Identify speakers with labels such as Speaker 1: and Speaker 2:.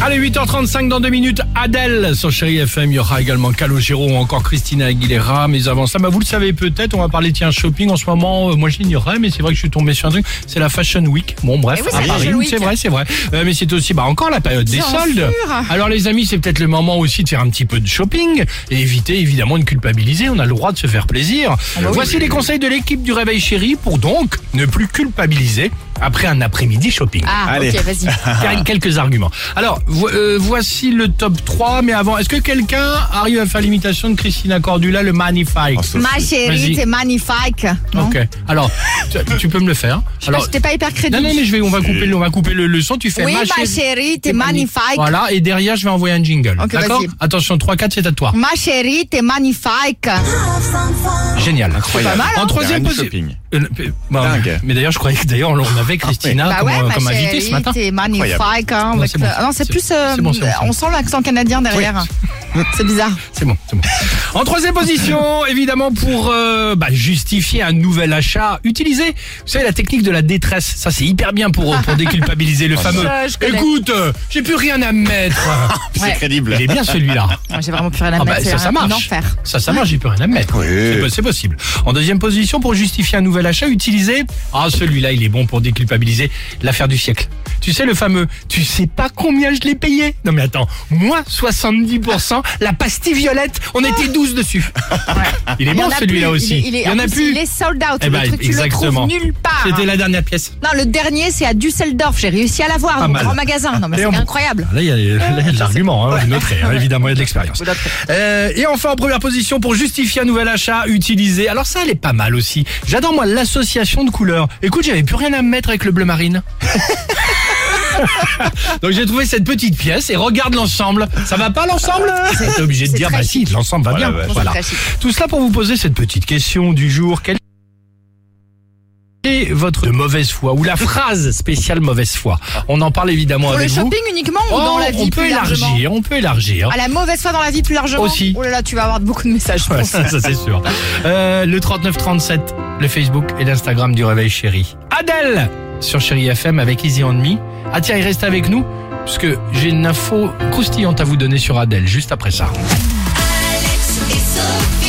Speaker 1: Allez, 8h35 dans deux minutes, Adèle sur Chéri FM. Il y aura également Calogero ou encore Christina Aguilera. Mais avant ça, bah, vous le savez peut-être, on va parler tiens shopping. En ce moment, euh, moi je l'ignorais, mais c'est vrai que je suis tombé sur un truc. C'est la Fashion Week. Bon, bref,
Speaker 2: Eh oui, c'est
Speaker 1: à
Speaker 2: la
Speaker 1: Paris.
Speaker 2: Fashion Week.
Speaker 1: C'est vrai, c'est vrai. Euh, mais c'est aussi bah, encore la période des
Speaker 2: Bien
Speaker 1: soldes.
Speaker 2: sûr.
Speaker 1: Alors les amis, c'est peut-être le moment aussi de faire un petit peu de shopping et éviter évidemment de culpabiliser. On a le droit de se faire plaisir.
Speaker 2: Ah bah
Speaker 1: Voici les conseils de l'équipe du Réveil Chéri pour donc ne plus culpabiliser après un après-midi shopping.
Speaker 2: Ah,
Speaker 3: Allez.
Speaker 2: ok, vas-y.
Speaker 1: Quel- Quelques arguments. Alors, vo- euh, voici le top 3, mais avant, est-ce que quelqu'un arrive à faire l'imitation de Christina Cordula, le magnifique
Speaker 3: Oh, ça,
Speaker 2: Ma
Speaker 3: c'est-
Speaker 1: Vas-y.
Speaker 2: chérie, t'es magnifique. Non Ah,
Speaker 1: Ok. Alors, tu, tu peux me le faire.
Speaker 2: Je
Speaker 1: Alors,
Speaker 2: t'ai pas hyper crédible.
Speaker 1: non, non, mais je vais, on va couper, le- on va couper le, le son. Tu fais
Speaker 2: oui,
Speaker 1: ma
Speaker 2: ma
Speaker 1: chérie,
Speaker 2: chérie,
Speaker 1: t'es
Speaker 2: t'es magnifique.
Speaker 1: Voilà, et derrière, je vais envoyer un jingle.
Speaker 2: Ok,
Speaker 1: D'accord
Speaker 2: vas-y.
Speaker 1: Attention, 3, 4, c'est à toi.
Speaker 2: Ma chérie, t'es magnifique.
Speaker 1: Génial.
Speaker 3: Incroyable.
Speaker 2: Mm. C'est pas mal, hein
Speaker 1: en troisième
Speaker 3: Dernier
Speaker 1: position.
Speaker 3: shopping.
Speaker 1: Euh, euh, bah,
Speaker 3: Dingue. Ah,
Speaker 1: Mais d'ailleurs, je croyais que d'ailleurs, on avait Christina
Speaker 2: Bah
Speaker 1: comme,
Speaker 2: ouais,
Speaker 1: euh,
Speaker 2: ma
Speaker 1: comme invitée ce
Speaker 2: chérie,
Speaker 1: matin.
Speaker 2: t'es magnifique. hein,
Speaker 1: Non,
Speaker 2: avec
Speaker 1: c'est bon,
Speaker 2: le-
Speaker 1: c'est-
Speaker 2: Non, c'est
Speaker 1: c'est-
Speaker 2: plus. euh,
Speaker 1: c'est bon, c'est bon, c'est bon.
Speaker 2: On sent l'accent canadien derrière. C'est bizarre.
Speaker 1: C'est bon, c'est bon. En troisième position, évidemment, pour euh, bah, justifier un nouvel achat, utilisez, vous savez, la technique de la détresse. Ça, c'est hyper bien pour, pour déculpabiliser le fameux.
Speaker 2: je connais.
Speaker 1: Écoute, euh, j'ai plus rien à me mettre.
Speaker 3: C'est
Speaker 2: Ouais.
Speaker 3: crédible.
Speaker 1: Il est bien celui-là.
Speaker 2: Moi, j'ai vraiment plus rien à
Speaker 1: Ah bah,
Speaker 2: mettre.
Speaker 1: ça,
Speaker 2: c'est
Speaker 1: ça
Speaker 2: un
Speaker 1: marche.
Speaker 2: enfer.
Speaker 1: Ça, ça marche, j'ai plus rien à me mettre.
Speaker 3: Oui.
Speaker 1: C'est po- C'est possible. En deuxième position, pour justifier un nouvel achat, utilisez. Ah, celui-là, il est bon pour déculpabiliser l'affaire du siècle. Tu sais, le fameux, tu sais pas combien je l'ai payé. Non, mais attends, moins 70%, la pastille violette, on était 12 dessus. Il est
Speaker 2: Il y
Speaker 1: bon
Speaker 2: en a
Speaker 1: celui-là
Speaker 2: plus,
Speaker 1: aussi.
Speaker 2: Il, est- il est-
Speaker 1: y en a
Speaker 2: plus,
Speaker 1: plus.
Speaker 2: Il est sold out.
Speaker 1: Eh
Speaker 2: le
Speaker 1: ben,
Speaker 2: truc, tu
Speaker 1: exactement.
Speaker 2: le trouves nulle part.
Speaker 1: C'était la dernière pièce.
Speaker 2: Non, le dernier, c'est à Düsseldorf. J'ai réussi à l'avoir
Speaker 1: Pas
Speaker 2: dans
Speaker 1: mal.
Speaker 2: un grand magasin. Non, mais
Speaker 1: Et
Speaker 2: c'est
Speaker 1: on-
Speaker 2: incroyable.
Speaker 1: Là, il y a,
Speaker 2: Euh,
Speaker 1: là, il y a de l'argument, hein, vous noterez, hein, évidemment, il y a de l'expérience. Euh, et enfin, en première position, pour justifier un nouvel achat, utiliser. Alors ça, elle est pas mal aussi. J'adore, moi, l'association de couleurs. Écoute, j'avais plus rien à me mettre avec le bleu marine. Donc j'ai trouvé cette petite pièce et regarde l'ensemble. Ça va pas l'ensemble T'es obligé de
Speaker 2: Euh, c'est
Speaker 1: dire,
Speaker 2: très
Speaker 1: bah si, l'ensemble va
Speaker 3: Voilà,
Speaker 1: bien.
Speaker 3: ouais.
Speaker 1: Voilà.
Speaker 2: C'est très chic.
Speaker 1: Tout cela pour vous poser cette petite question du jour. Quelle est votre de mauvaise foi ou la phrase spéciale mauvaise foi On en parle évidemment
Speaker 2: Pour le
Speaker 1: avec vous.
Speaker 2: shopping uniquement ou dans
Speaker 1: Oh,
Speaker 2: la vie
Speaker 1: on
Speaker 2: plus
Speaker 1: peut
Speaker 2: largement
Speaker 1: élargir, on peut élargir.
Speaker 2: À la mauvaise foi dans la vie plus largement
Speaker 1: Aussi.
Speaker 2: Oh là là, tu vas avoir beaucoup de messages, je
Speaker 1: Ouais,
Speaker 2: pense.
Speaker 1: ça, ça, c'est sûr. Euh, le 3937, le Facebook et l'Instagram du Réveil Chéri. Adèle sur Chéri FM avec Easy and Me. Ah tiens, il reste avec nous parce que j'ai une info croustillante à vous donner sur Adèle juste après ça.
Speaker 4: Alex et Sophie.